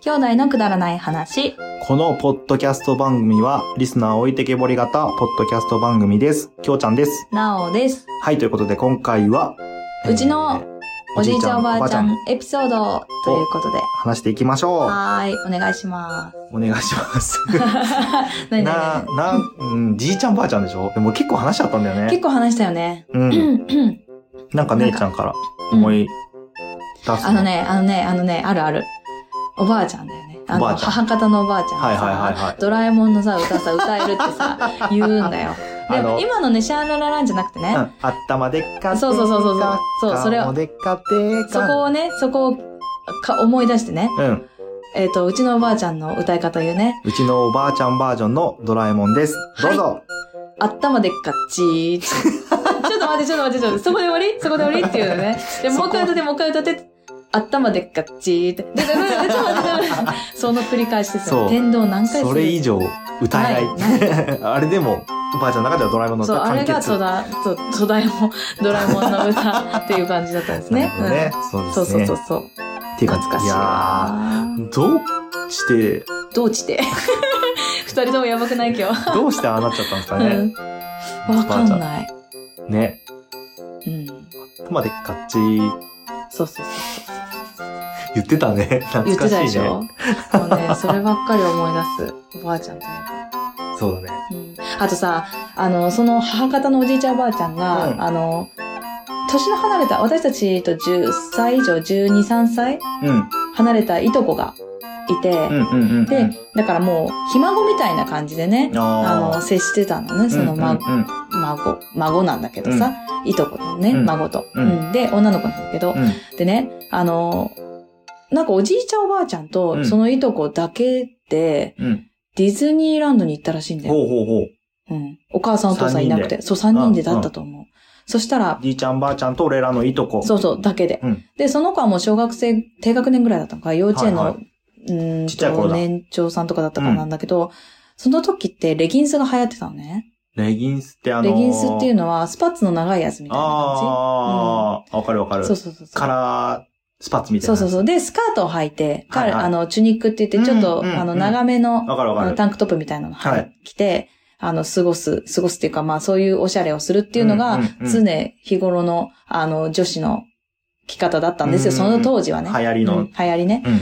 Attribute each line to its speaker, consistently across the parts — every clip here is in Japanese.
Speaker 1: 兄弟のくだらない話。
Speaker 2: このポッドキャスト番組は、リスナー置いてけぼり型ポッドキャスト番組です。きょうちゃんです。
Speaker 1: なおです。
Speaker 2: はい、ということで今回は、
Speaker 1: うちのおじいちゃんおばあちゃん。エピソードということで。
Speaker 2: 話していきましょう。
Speaker 1: はーい、お願いし ます。
Speaker 2: お願いします。
Speaker 1: 何
Speaker 2: な、
Speaker 1: 何
Speaker 2: な、うん、じいちゃんばあちゃんでしょでも結構話しちゃったんだよね。
Speaker 1: 結構話したよね。
Speaker 2: う。
Speaker 1: うんん
Speaker 2: なんか姉ちゃんから思い出す。
Speaker 1: あの。ね、あのね、あのね、あるある。おばあちゃんだよね。あ
Speaker 2: おば
Speaker 1: の、
Speaker 2: あちゃん
Speaker 1: 母方のおばあちゃん
Speaker 2: はい
Speaker 1: が
Speaker 2: はいはい
Speaker 1: さ、
Speaker 2: はい。
Speaker 1: ドラえもんのさ、歌さ、歌えるって さ、言うんだよ。で
Speaker 2: あの
Speaker 1: も、今のね、シャーララランじゃなくてね
Speaker 2: う、ん、頭でっかて
Speaker 1: そうそうそうそう
Speaker 2: か
Speaker 1: そう
Speaker 2: か
Speaker 1: それを
Speaker 2: もでっかてか
Speaker 1: そこをね、そこをか思い出してね、
Speaker 2: うん。
Speaker 1: えっ、と、うちのおばあちゃんの歌い方言うね。
Speaker 2: うちのおばあちゃんバージョンのドラえもんです。どうぞ、
Speaker 1: 頭でっかちーちょっと待って、ちょっと待って、ちょっと待って、そこで終わりそこで終わりっていうのね。で、
Speaker 2: そ
Speaker 1: も
Speaker 2: こ
Speaker 1: う一回歌って、もう一回歌って。頭でっかちーって。で、で、で、でちょっと待って、ちょっと待ってちょっと待 って。その繰り返しです
Speaker 2: そう
Speaker 1: よ。天童何回する
Speaker 2: それ以上歌えない。 あれでも、おばあちゃんの中ではドラえもんの
Speaker 1: そう、
Speaker 2: 歌
Speaker 1: あ
Speaker 2: 完
Speaker 1: れが
Speaker 2: 結。
Speaker 1: 戸田、そう戸田えもん、ドラえもんの歌っていう感じだったんですね。
Speaker 2: なるほどね。
Speaker 1: うん
Speaker 2: そ
Speaker 1: そうう
Speaker 2: です
Speaker 1: そう
Speaker 2: ね。
Speaker 1: そうそう。
Speaker 2: っていうか
Speaker 1: 懐かしい
Speaker 2: いや
Speaker 1: わ。
Speaker 2: ーどうして、
Speaker 1: どうして 二人ともやばくない今日。
Speaker 2: どうしてああなっちゃったんですかね。
Speaker 1: うん。わかん
Speaker 2: おばあ
Speaker 1: ない。
Speaker 2: ちゃんね。
Speaker 1: うん。
Speaker 2: 頭でっかちー
Speaker 1: そうそうそう。
Speaker 2: 言ってたね。
Speaker 1: 言
Speaker 2: 懐
Speaker 1: って
Speaker 2: か
Speaker 1: たで
Speaker 2: し
Speaker 1: し
Speaker 2: いね。
Speaker 1: ょ、もうね、そればっかり思い出す。おばあちゃんとい
Speaker 2: そうだね。
Speaker 1: えば。うん。あとさ、あの、その母方のおじいちゃんおばあちゃんが、
Speaker 2: うん
Speaker 1: あの、年の離れた、私たちと10歳以上、12、3歳
Speaker 2: うん。
Speaker 1: 離れたいとこがいて、
Speaker 2: うんうんうんうん。
Speaker 1: で、だからもう、ひ孫みたいな感じでね、あ
Speaker 2: あ
Speaker 1: の、接してたのね、
Speaker 2: ー
Speaker 1: その、ま、
Speaker 2: うんうん
Speaker 1: 孫、孫なんだけどさ、いとこのね、
Speaker 2: うん
Speaker 1: 孫と、う
Speaker 2: う
Speaker 1: んん。で、女の子なんだけど、
Speaker 2: うん。うん
Speaker 1: でね、あの、なんかおじいちゃんおばあちゃん
Speaker 2: う
Speaker 1: と、
Speaker 2: ん
Speaker 1: そのいとこだけで、
Speaker 2: うん。
Speaker 1: ディズニーランドに行ったらしいんだよ。
Speaker 2: ほうほうほう。
Speaker 1: うん。お母さんお父さんいなく
Speaker 2: 三人
Speaker 1: て。そう、三人でだったと思う。そしたら、
Speaker 2: じいちゃんばあちゃんと俺らのいとこ。
Speaker 1: そうそう、だけで。
Speaker 2: うん
Speaker 1: で、その子はもう小学生、低学年ぐらいだったのか、幼稚園の、
Speaker 2: はいは
Speaker 1: うーん
Speaker 2: ちっちゃい頃
Speaker 1: と、
Speaker 2: だ
Speaker 1: 年長さんとかだったかなんだけど、その時ってレギンスが流行ってたのね。
Speaker 2: レギンスってあのー、
Speaker 1: レギンスっていう
Speaker 2: の
Speaker 1: のは、スパッツの長いやつみたいな感
Speaker 2: ああ、わかるわかる。
Speaker 1: じ。そうそうそうそう。
Speaker 2: カラースパッツみたい
Speaker 1: そ
Speaker 2: な。
Speaker 1: うそうそう。で、スカートを履いて、か
Speaker 2: はいはい
Speaker 1: あの、チュニックって言って、ちょっと、
Speaker 2: うんうんうん
Speaker 1: あの、長めの、
Speaker 2: わかるわ
Speaker 1: あ
Speaker 2: か
Speaker 1: の
Speaker 2: る。
Speaker 1: タンクトップみたいなのを
Speaker 2: は
Speaker 1: はい着て、あの、過ごす、過ごすっていうか、まあ、そういうおしゃれをするっていうの
Speaker 2: う
Speaker 1: が
Speaker 2: んうんうん、
Speaker 1: 常日頃の、あの、女子の着方だったんですよ。
Speaker 2: うんう
Speaker 1: そ
Speaker 2: んうん
Speaker 1: の当時はね。
Speaker 2: 流行り
Speaker 1: う
Speaker 2: の
Speaker 1: ん。流行りね。
Speaker 2: うん。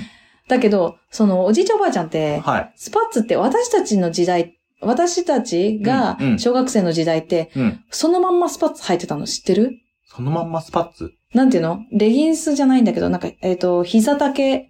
Speaker 1: だけど、その、おじいちゃんおばあちゃんって、
Speaker 2: はい。
Speaker 1: スパッツって私たちの時代、私たちが
Speaker 2: うんうん
Speaker 1: 小学生の時代って、
Speaker 2: うん。
Speaker 1: そのまんまスパッツ履いてたの知ってる
Speaker 2: そのまんまスパッツ。
Speaker 1: なんていうのレギンスじゃないんだけど、なんか、えっ、と、膝丈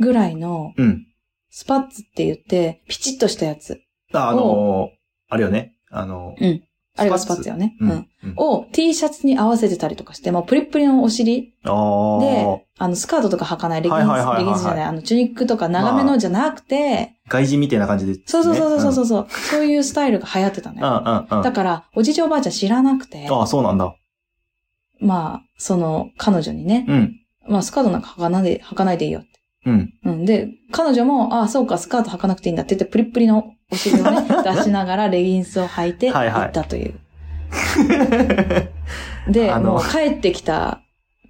Speaker 1: ぐらいの
Speaker 2: うん。
Speaker 1: スパッツって言って、ピチッとしたやつ。
Speaker 2: ああのー、あれよね。あの
Speaker 1: う
Speaker 2: ー、
Speaker 1: んあれがスパッツよね。
Speaker 2: う。
Speaker 1: うんん。を T シャツに合わせてたりとかして、もうプリップリのお尻
Speaker 2: ああ。
Speaker 1: で、あの、スカートとか履かない、レギンス、
Speaker 2: はいはいはいは
Speaker 1: レ
Speaker 2: いはい
Speaker 1: ギンスじゃない、あの、チュニックとか長めのじゃなくて、
Speaker 2: 外人みたいな感じで、ね。。
Speaker 1: そうそうそうそうそううそう、そういうスタイルが流行ってたの
Speaker 2: うんうん
Speaker 1: よ。
Speaker 2: うん。
Speaker 1: だから、おじいちゃんおばあちゃん知らなくて、
Speaker 2: ああ、そうなんだ。
Speaker 1: まあ、その、彼女にね、
Speaker 2: うん。
Speaker 1: まあ、スカートなんか履かないで、履かないでいいよって。
Speaker 2: うん。
Speaker 1: うん。で、彼女も、ああ、そうか、スカート履かなくていいんだって言って、プリップリのお尻を ね、出しながらレギンスを履いて
Speaker 2: はいはい
Speaker 1: 行ったという。で、
Speaker 2: あの
Speaker 1: もう帰ってきた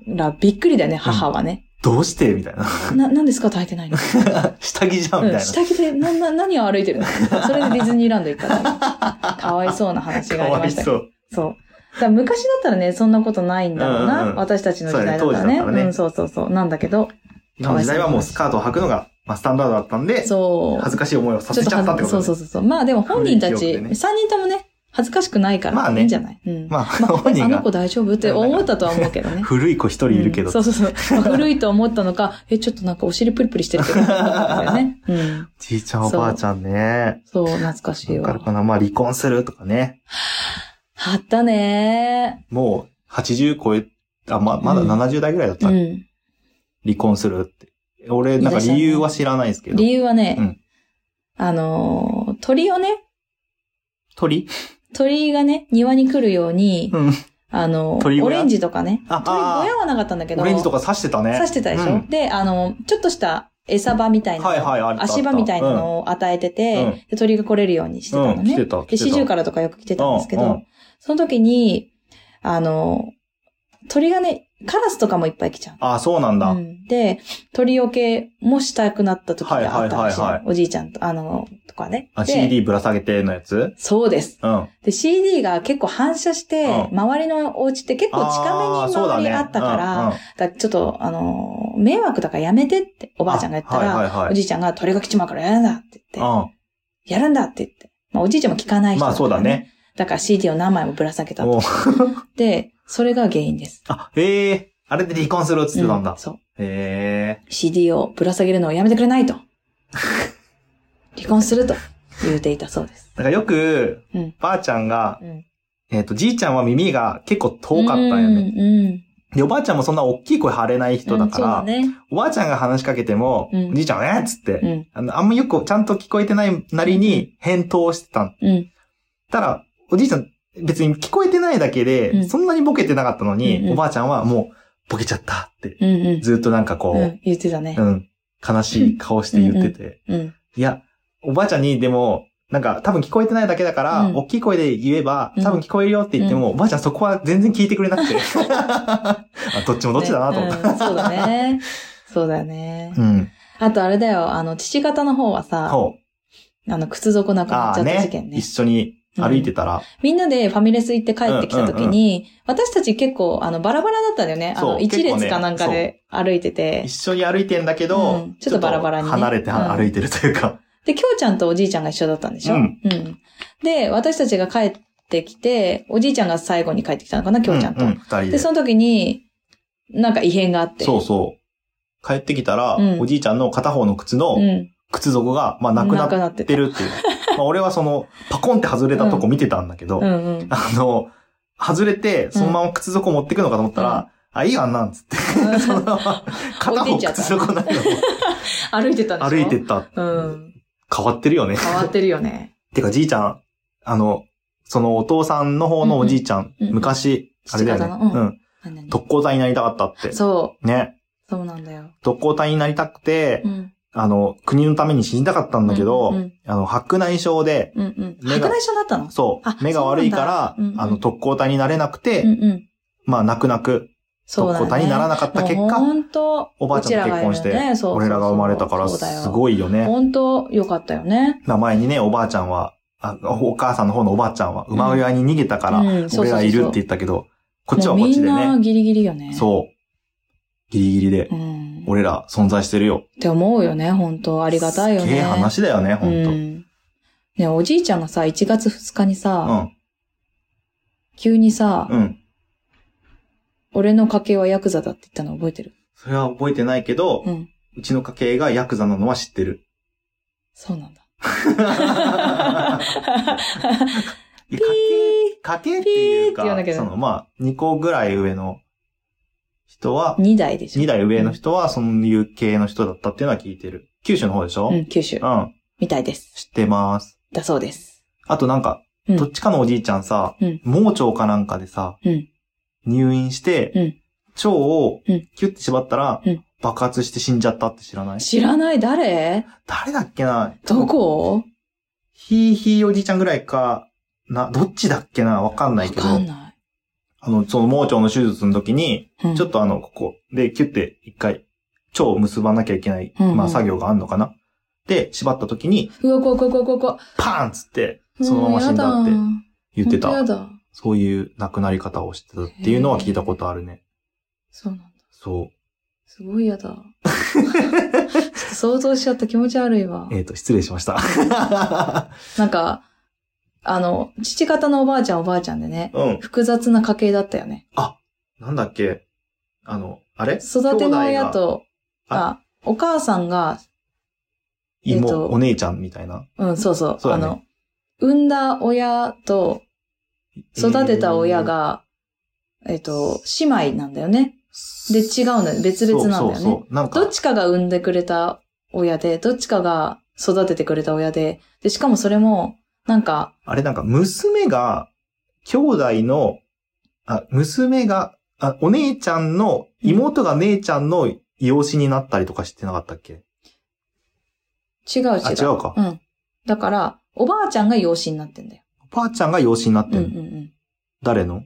Speaker 1: らびっくりだよね、母はね。
Speaker 2: どうしてみたいな。
Speaker 1: な、なんでスカート履いてないの、
Speaker 2: 下着じゃんみ
Speaker 1: う
Speaker 2: た
Speaker 1: ん、
Speaker 2: い
Speaker 1: 下着で、な、な、何を歩いてるのそれでディズニーランド行った ら、かわいそうな話
Speaker 2: な。
Speaker 1: があ
Speaker 2: か
Speaker 1: り
Speaker 2: わ
Speaker 1: ま
Speaker 2: い
Speaker 1: した。
Speaker 2: そう。
Speaker 1: そう。だから昔だったらね、そんなことないんだろうな。
Speaker 2: うんうんうん
Speaker 1: 私たちの時代だったらね。
Speaker 2: そうだね当時だったらね
Speaker 1: うん、そうそうそう。なんだけど、
Speaker 2: 今の時代はもうスカートを履くのが、まあ、スタンダードだったんで、
Speaker 1: そう。
Speaker 2: 恥ずかしい思いをさ
Speaker 1: ちょ
Speaker 2: せ
Speaker 1: っ
Speaker 2: ち
Speaker 1: と
Speaker 2: ゃ
Speaker 1: は
Speaker 2: ったってこと
Speaker 1: そう
Speaker 2: ね
Speaker 1: そうそうそう。まあでも本人た
Speaker 2: 雰囲気
Speaker 1: ち、
Speaker 2: よく
Speaker 1: 三
Speaker 2: てね
Speaker 1: 人ともね、恥ずかしくないから、
Speaker 2: まあね
Speaker 1: いいんじゃないうん。
Speaker 2: まあ、本人
Speaker 1: あの
Speaker 2: が
Speaker 1: 子大丈夫って思ったとは思うけどね。
Speaker 2: 古い子一人いるけど
Speaker 1: うん、そうそうそう。まあ古いと思ったのか、え、ちょっとなんかお尻プリプリしてるけど、ね。 うん。
Speaker 2: じいちゃんおばあちゃんね。
Speaker 1: そう、懐かしい
Speaker 2: わかる
Speaker 1: わ。
Speaker 2: かなまあ離婚するとかね。
Speaker 1: あったね
Speaker 2: もう80超え、あ、ま、まだ
Speaker 1: うん
Speaker 2: 70代ぐらいだった。
Speaker 1: うん。
Speaker 2: 離婚するって。俺、なんか理由は知らないですけど。
Speaker 1: 理由はね、
Speaker 2: うん
Speaker 1: あのー鳥をね、
Speaker 2: 鳥
Speaker 1: 鳥がね、庭に来るように、
Speaker 2: うん。
Speaker 1: あのー
Speaker 2: 鳥小
Speaker 1: オ
Speaker 2: 屋
Speaker 1: レンジとかね、
Speaker 2: あ、
Speaker 1: 鳥小
Speaker 2: あ
Speaker 1: 屋はなかったんだけ
Speaker 2: あ、
Speaker 1: ど、
Speaker 2: オレンジとか刺してたね。
Speaker 1: 刺してたでしょ、
Speaker 2: うん
Speaker 1: で、あの、ちょっとした餌場みたいな、
Speaker 2: はいはい、あれ
Speaker 1: 足場みたいなのを与えてて、
Speaker 2: うん
Speaker 1: で鳥が来れるようにしてたの
Speaker 2: うん来
Speaker 1: ね。
Speaker 2: てた
Speaker 1: で、
Speaker 2: 来
Speaker 1: 四
Speaker 2: てた
Speaker 1: 十からとかよく来てたんですけど、
Speaker 2: うんうん
Speaker 1: その時に、あの、鳥がね、カラスとかもいっぱい来ちゃう。
Speaker 2: あ、そうなんだ。
Speaker 1: うんで、鳥よけもしたくなった時があったらしいの、
Speaker 2: はいはいはいはい
Speaker 1: おじいちゃんと、あの、とかね。
Speaker 2: あ、
Speaker 1: で
Speaker 2: CD ぶら下げてのやつ
Speaker 1: そうです。
Speaker 2: うん。あ
Speaker 1: で、CD が結構反射して、
Speaker 2: うん
Speaker 1: 周りのお家って結構近め
Speaker 2: ー
Speaker 1: に
Speaker 2: そうだ
Speaker 1: 周り
Speaker 2: ね
Speaker 1: あったから、だ
Speaker 2: うんうん
Speaker 1: からちょっと、あのー、迷惑だからやめてっておばあちゃんが言ったら、
Speaker 2: はいはいは
Speaker 1: お
Speaker 2: い。
Speaker 1: じいちゃんが鳥が来ちまうからやるんだって言って、やるんだって言って。まあ、おじいちゃんも聞かな
Speaker 2: う
Speaker 1: い
Speaker 2: ん。
Speaker 1: 人
Speaker 2: まあそう
Speaker 1: か
Speaker 2: だ
Speaker 1: ら。
Speaker 2: ね。
Speaker 1: だから CD を何枚もぶら下げたと。
Speaker 2: お
Speaker 1: で、それが原因です。
Speaker 2: あ、ええあれで離婚するっつってたん
Speaker 1: う
Speaker 2: だ。
Speaker 1: そう。
Speaker 2: へえ
Speaker 1: CD をぶら下げるのをやめてくれ ないと。離婚すると言うていたそうです。
Speaker 2: だからよく
Speaker 1: うん、
Speaker 2: ばあちゃんが、
Speaker 1: うん。
Speaker 2: えっ、と、じいちゃんは耳が結構遠かったんよね。
Speaker 1: うん。うん
Speaker 2: で、おばあちゃんもそんな大きい声張れない人だか
Speaker 1: うん
Speaker 2: ら、
Speaker 1: そうね。
Speaker 2: おばあちゃんが話しかけても、
Speaker 1: うん
Speaker 2: おじいちゃんはねっつって、
Speaker 1: うん。
Speaker 2: あの、あんまよくちゃんと聞こえてないなりに返答をしてたん。
Speaker 1: うん。
Speaker 2: たら、おじいちゃん、別に聞こえてないだけで、
Speaker 1: うん
Speaker 2: そんなにボケてなかったのに、
Speaker 1: うんうん
Speaker 2: おばあちゃんはもう、ボケちゃったって、
Speaker 1: うん。うん。
Speaker 2: ずっとなんかこ
Speaker 1: う
Speaker 2: う、
Speaker 1: ん。言ってたね
Speaker 2: う。ん、悲しい顔して言ってて、
Speaker 1: うん。
Speaker 2: いや、おばあちゃんにでも、なんか多分聞こえてないだけだから、
Speaker 1: うん
Speaker 2: 大きい声で言えば、
Speaker 1: うん
Speaker 2: 多分聞こえるよって言っても、おばあちゃんそこは全然聞いてくれなく て。あどっちもどっちだなと思った。
Speaker 1: ねうんそうだ ね。そうだね。
Speaker 2: うん。
Speaker 1: あとあれだよ、あの、父方の方はさ、
Speaker 2: そう。
Speaker 1: あの、靴底なくなっ
Speaker 2: あ
Speaker 1: ち
Speaker 2: あ
Speaker 1: ゃった
Speaker 2: ね
Speaker 1: 事件ね
Speaker 2: 一。緒に歩いてたら、
Speaker 1: みんなでファミレス行って帰ってきた時に、私たち結構、あの、バラバラだったんだよね。あ
Speaker 2: そう
Speaker 1: の、一
Speaker 2: 結構
Speaker 1: 列
Speaker 2: ね
Speaker 1: かなんかで歩いてて。
Speaker 2: 一緒に歩いてんだけど、
Speaker 1: うんちょっとバラバラにね
Speaker 2: ちょっと離れては
Speaker 1: うん
Speaker 2: 歩いてるというか。
Speaker 1: で、きょうちゃんとおじいちゃんが一緒だったんでしょ
Speaker 2: うん。
Speaker 1: うん。で、私たちが帰ってきて、おじいちゃんが最後に帰ってきたのかな、きょうちゃんと。
Speaker 2: うう二人で
Speaker 1: で、その時に、なんか異変があって。
Speaker 2: そうそう。帰ってきたら、
Speaker 1: うん
Speaker 2: おじいちゃんの片方の靴の
Speaker 1: うん。
Speaker 2: 靴底が、まあ、なくなっ
Speaker 1: なって
Speaker 2: て
Speaker 1: た。
Speaker 2: るっていう。まあ、俺はその、パコンって外れたとこ見てたんだけど、
Speaker 1: うんうん。
Speaker 2: あの、外れて、そのまま靴底持ってくのかと思ったら、あ、いいやんなんつって、そのまま、片方靴底ないの
Speaker 1: 歩いてたんでしょ
Speaker 2: 歩いてった。
Speaker 1: うん。
Speaker 2: 変わってるよね。
Speaker 1: 変わってるよ ね。
Speaker 2: てか、じいちゃん、あの、そのお父さんの方のおじいちゃん、
Speaker 1: うんうん
Speaker 2: 昔、あれだよね
Speaker 1: 父方。
Speaker 2: う
Speaker 1: の
Speaker 2: ん。
Speaker 1: 何々
Speaker 2: 特攻隊になりたかったって。
Speaker 1: そ
Speaker 2: ね。
Speaker 1: う。そうなんだよ。
Speaker 2: 特攻隊になりたくて、
Speaker 1: うん。
Speaker 2: あの、国のために死にたかったんだけ
Speaker 1: う
Speaker 2: ど、
Speaker 1: んうん
Speaker 2: あの、白内障で、
Speaker 1: うんうん。
Speaker 2: 目
Speaker 1: 白
Speaker 2: が
Speaker 1: 内障だったの
Speaker 2: そ
Speaker 1: あ
Speaker 2: う、目が悪いから、
Speaker 1: そうなんだ
Speaker 2: あ
Speaker 1: うんう
Speaker 2: の、
Speaker 1: ん
Speaker 2: 特攻隊になれなくて、
Speaker 1: うんうん。
Speaker 2: まあ、泣く泣く、
Speaker 1: そう
Speaker 2: 特
Speaker 1: だ
Speaker 2: 攻
Speaker 1: ね。
Speaker 2: 隊にならなかった結
Speaker 1: もう
Speaker 2: 果、
Speaker 1: 本当
Speaker 2: おばあちゃんと結婚して
Speaker 1: うちらがいるよねそうそうそう
Speaker 2: 俺らが生まれたから、
Speaker 1: そうだよ
Speaker 2: すごいよね。
Speaker 1: 本当良かったよね。
Speaker 2: まあ前にね、おばあちゃんは、あお母さんの方のおばあちゃんは、馬小屋に逃げたから、
Speaker 1: うんうんそうそうそう
Speaker 2: 俺
Speaker 1: そう
Speaker 2: らいるって言ったけど、こっちはこ
Speaker 1: もう
Speaker 2: っ
Speaker 1: み
Speaker 2: ち
Speaker 1: ん
Speaker 2: で
Speaker 1: な
Speaker 2: ね、
Speaker 1: ギリギリよね。
Speaker 2: そう、ギリギリで
Speaker 1: う。、ん。
Speaker 2: 俺ら存在してるよ。
Speaker 1: って思うよね、本当ありがたいよね。
Speaker 2: すげえ話だよね、ほんと。
Speaker 1: う
Speaker 2: うん。
Speaker 1: ん。ね、おじいちゃんがさ、1月2日にさ、急にさ、
Speaker 2: うん。
Speaker 1: 俺の家系はヤクザだって言ったの覚えてる
Speaker 2: それは覚えてないけど、
Speaker 1: うん。
Speaker 2: うちの家系がヤクザなのは知っ てる。
Speaker 1: そうなんだ。
Speaker 2: いや
Speaker 1: ピー
Speaker 2: 家系、家系ってい
Speaker 1: ピー
Speaker 2: う
Speaker 1: って言うん
Speaker 2: か
Speaker 1: だけ、ど
Speaker 2: その、まあ、2個ぐらい上の人は、
Speaker 1: 2代でしょ
Speaker 2: 2代上の人は、そういう系の人だったっていうのは聞いてる。九州の方でしょ
Speaker 1: うん、九州。
Speaker 2: うん。
Speaker 1: みたいです。
Speaker 2: 知ってます。
Speaker 1: だそうです。
Speaker 2: あとなんか、
Speaker 1: うん
Speaker 2: どっちかのおじいちゃんさ、
Speaker 1: うん
Speaker 2: 盲腸かなんかでさ、
Speaker 1: うん
Speaker 2: 入院して、
Speaker 1: うん
Speaker 2: 腸を
Speaker 1: うん
Speaker 2: キュッて縛ったら、
Speaker 1: うん
Speaker 2: 爆発して死んじゃったって知らない
Speaker 1: 知らない誰
Speaker 2: 誰だっけな
Speaker 1: どこ
Speaker 2: ひいひいおじいちゃんぐらいか、な、どっちだっけなわかんない
Speaker 1: わ
Speaker 2: けど、
Speaker 1: かんな
Speaker 2: あの、その盲腸の手術の時に、
Speaker 1: い。うん
Speaker 2: ちょっとあの、ここでキュッて一回、腸を結ばなきゃいけない、
Speaker 1: うんうん
Speaker 2: まあ作業があんのかなで、縛った時に、
Speaker 1: うわ、怖い怖い怖い怖い怖い。
Speaker 2: パーンっつって、そのまま死んだって言ってた。
Speaker 1: やだ。
Speaker 2: そういう亡くなり方をしてたっていうのは聞いたことあるね。
Speaker 1: そうなんだ。
Speaker 2: そ
Speaker 1: すごいやだ。ちょっと想像しちゃった気持ち悪いわ
Speaker 2: う。。えっ、と、失礼しました。
Speaker 1: なんか、あの、父方のおばあちゃんおばあちゃんでね、
Speaker 2: うん。
Speaker 1: 複雑な家系だったよね。
Speaker 2: なんだっけあの、あれ
Speaker 1: 育ての親
Speaker 2: 兄弟が
Speaker 1: と、あ、お母さんが、
Speaker 2: 妹、
Speaker 1: えっと
Speaker 2: お姉ちゃんみたいな。
Speaker 1: うん、そうそう、
Speaker 2: そうだ
Speaker 1: あ
Speaker 2: ね
Speaker 1: の、産んだ親と育てた親が、えっ、と、姉妹なんだよね。
Speaker 2: えー、
Speaker 1: で、違うんだよ。別々なんだよね。
Speaker 2: そうそうそう。なんか、
Speaker 1: どっちかが産んでくれた親で、どっちかが育ててくれた親で、で、しかもそれも、なんか、
Speaker 2: あれなんか、娘が、兄弟の、あ、娘が、あ、お姉ちゃんの、妹が姉ちゃんの養子になったりとかしてなかったっけ
Speaker 1: 違う違う。
Speaker 2: あ、違うか。
Speaker 1: うん。だから、おばあちゃんが養子になってんだよ。
Speaker 2: おばあちゃんが養子になっ
Speaker 1: うん
Speaker 2: て
Speaker 1: うんん
Speaker 2: の、
Speaker 1: うん。
Speaker 2: 誰の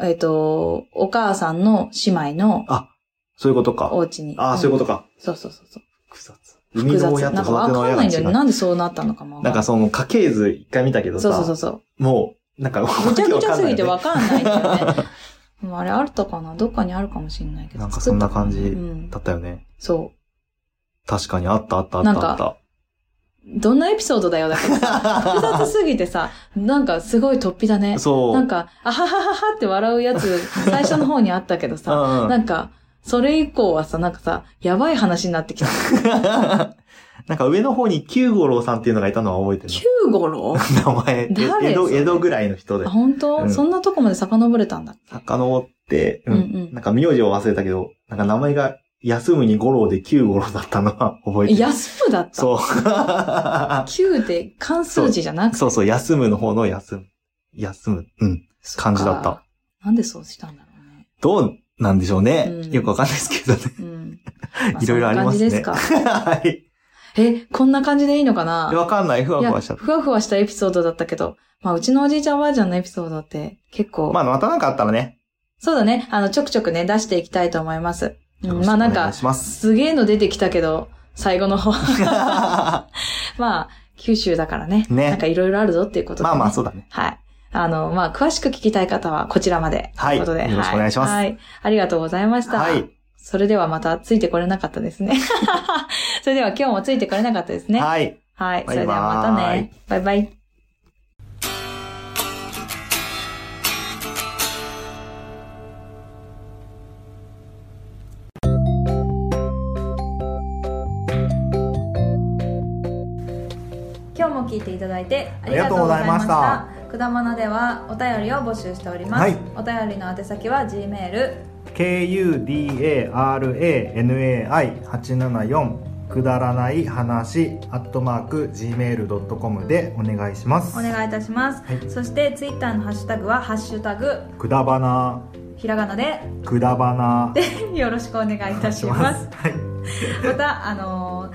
Speaker 1: えっ、と、お母さんの姉妹の
Speaker 2: あ、そういうことか
Speaker 1: お。家に。
Speaker 2: ああ、そういうことか。
Speaker 1: と。そうそうそうそう。
Speaker 2: 複雑。生み
Speaker 1: 複雑
Speaker 2: の親と
Speaker 1: なん
Speaker 2: 育て
Speaker 1: かわ
Speaker 2: の
Speaker 1: か
Speaker 2: 親
Speaker 1: ん
Speaker 2: が
Speaker 1: ない
Speaker 2: 違
Speaker 1: んだよね。
Speaker 2: う。
Speaker 1: なんでそうなったのかもわか
Speaker 2: な
Speaker 1: んな
Speaker 2: んか
Speaker 1: い。
Speaker 2: その家系図一回見たけど
Speaker 1: そうそうそ
Speaker 2: さ
Speaker 1: う、そう。
Speaker 2: もう、なんか、
Speaker 1: ぐちゃぐちゃすぎて
Speaker 2: わ
Speaker 1: わかんないんだよね。 でもあれあるとかなどっかにあるかもしれないけど。
Speaker 2: なんかそんな感じ
Speaker 1: 作ったかなうん
Speaker 2: け。だったよね。
Speaker 1: そ
Speaker 2: 確かにあったあったあったあった。
Speaker 1: う。どんなエピソードだよ、だからさ。複雑すぎてさ、なんかすごい突飛だね。
Speaker 2: そう。
Speaker 1: なんか、あははははって笑うやつ、最初の方にあったけどさ、
Speaker 2: うん
Speaker 1: なんか、それ以降はさ、なんかさ、やばい話になってきた。
Speaker 2: なんか上の方に九五郎さんっていうのがいたのは覚えてる
Speaker 1: 九五郎
Speaker 2: の。名前、え
Speaker 1: 誰
Speaker 2: 江
Speaker 1: そ
Speaker 2: 戸、
Speaker 1: れ
Speaker 2: 江戸ぐらいの人で
Speaker 1: あ、。本当、
Speaker 2: うん
Speaker 1: そんなとこまで遡れたんだ。
Speaker 2: 遡って、う
Speaker 1: うんうん
Speaker 2: ん。なんか名字を忘れたけど、なんか名前が休むに五郎で九五郎だったのは覚えてる。
Speaker 1: 安むだった。
Speaker 2: そう。
Speaker 1: 九って関数字じゃなくて。
Speaker 2: そうそう、休むの方の休む。休む。うん。
Speaker 1: そっか
Speaker 2: 感じだった。。
Speaker 1: なんでそうしたんだろうね。
Speaker 2: どうなんでしょうね。
Speaker 1: うん
Speaker 2: よくわかんないですけどね。
Speaker 1: うん。ま
Speaker 2: いろいろありますね。
Speaker 1: そんな感じですか。
Speaker 2: はい。
Speaker 1: え、こんな感じでいいのかな
Speaker 2: わかんない。ふわ
Speaker 1: い
Speaker 2: ふ
Speaker 1: や
Speaker 2: わしちゃった。
Speaker 1: ふわふわしたエピソードだったけど、まあ、うちのおじいちゃんおばあちゃんのエピソードって結構、
Speaker 2: まあ、またなんかあったらね。
Speaker 1: そうだね、あの、ちょくちょくね、出していきたいと思います。う
Speaker 2: よ
Speaker 1: ん、
Speaker 2: ろしく
Speaker 1: まあ、なん
Speaker 2: お願い
Speaker 1: か、
Speaker 2: します。
Speaker 1: すげえの出てきたけど、最後の方。 まあ、九州だからね。
Speaker 2: ね
Speaker 1: なんかいろいろあるぞっていうことで、
Speaker 2: まあまあ、
Speaker 1: う。
Speaker 2: そうだね。
Speaker 1: はい。あの、まあ、詳しく聞きたい方はこちらまで。
Speaker 2: はい
Speaker 1: ということで。
Speaker 2: よろしくお願いします
Speaker 1: はい。はいありがとうございました。
Speaker 2: はい。
Speaker 1: それではまたついてこれなかったですね。 それでは今日もついてこれなかったですね。
Speaker 2: はい。
Speaker 1: はい。そ
Speaker 2: バイバイ
Speaker 1: れではまたね。バイバイ。今日も聞いていただいてありがとうございました。
Speaker 2: あ
Speaker 1: くだまなではお便りを募集しております。
Speaker 2: はい
Speaker 1: お便りの宛先は G メール
Speaker 2: kudaranai874 くだらない話アットマーク gmail.com でお願いします
Speaker 1: お願いいたします。
Speaker 2: はい
Speaker 1: そしてツイッターのハッシュタグはハッシュタグ
Speaker 2: くだばな
Speaker 1: ひらがなで
Speaker 2: くだばな
Speaker 1: よろしくお願いいたします。
Speaker 2: はい
Speaker 1: また、あのー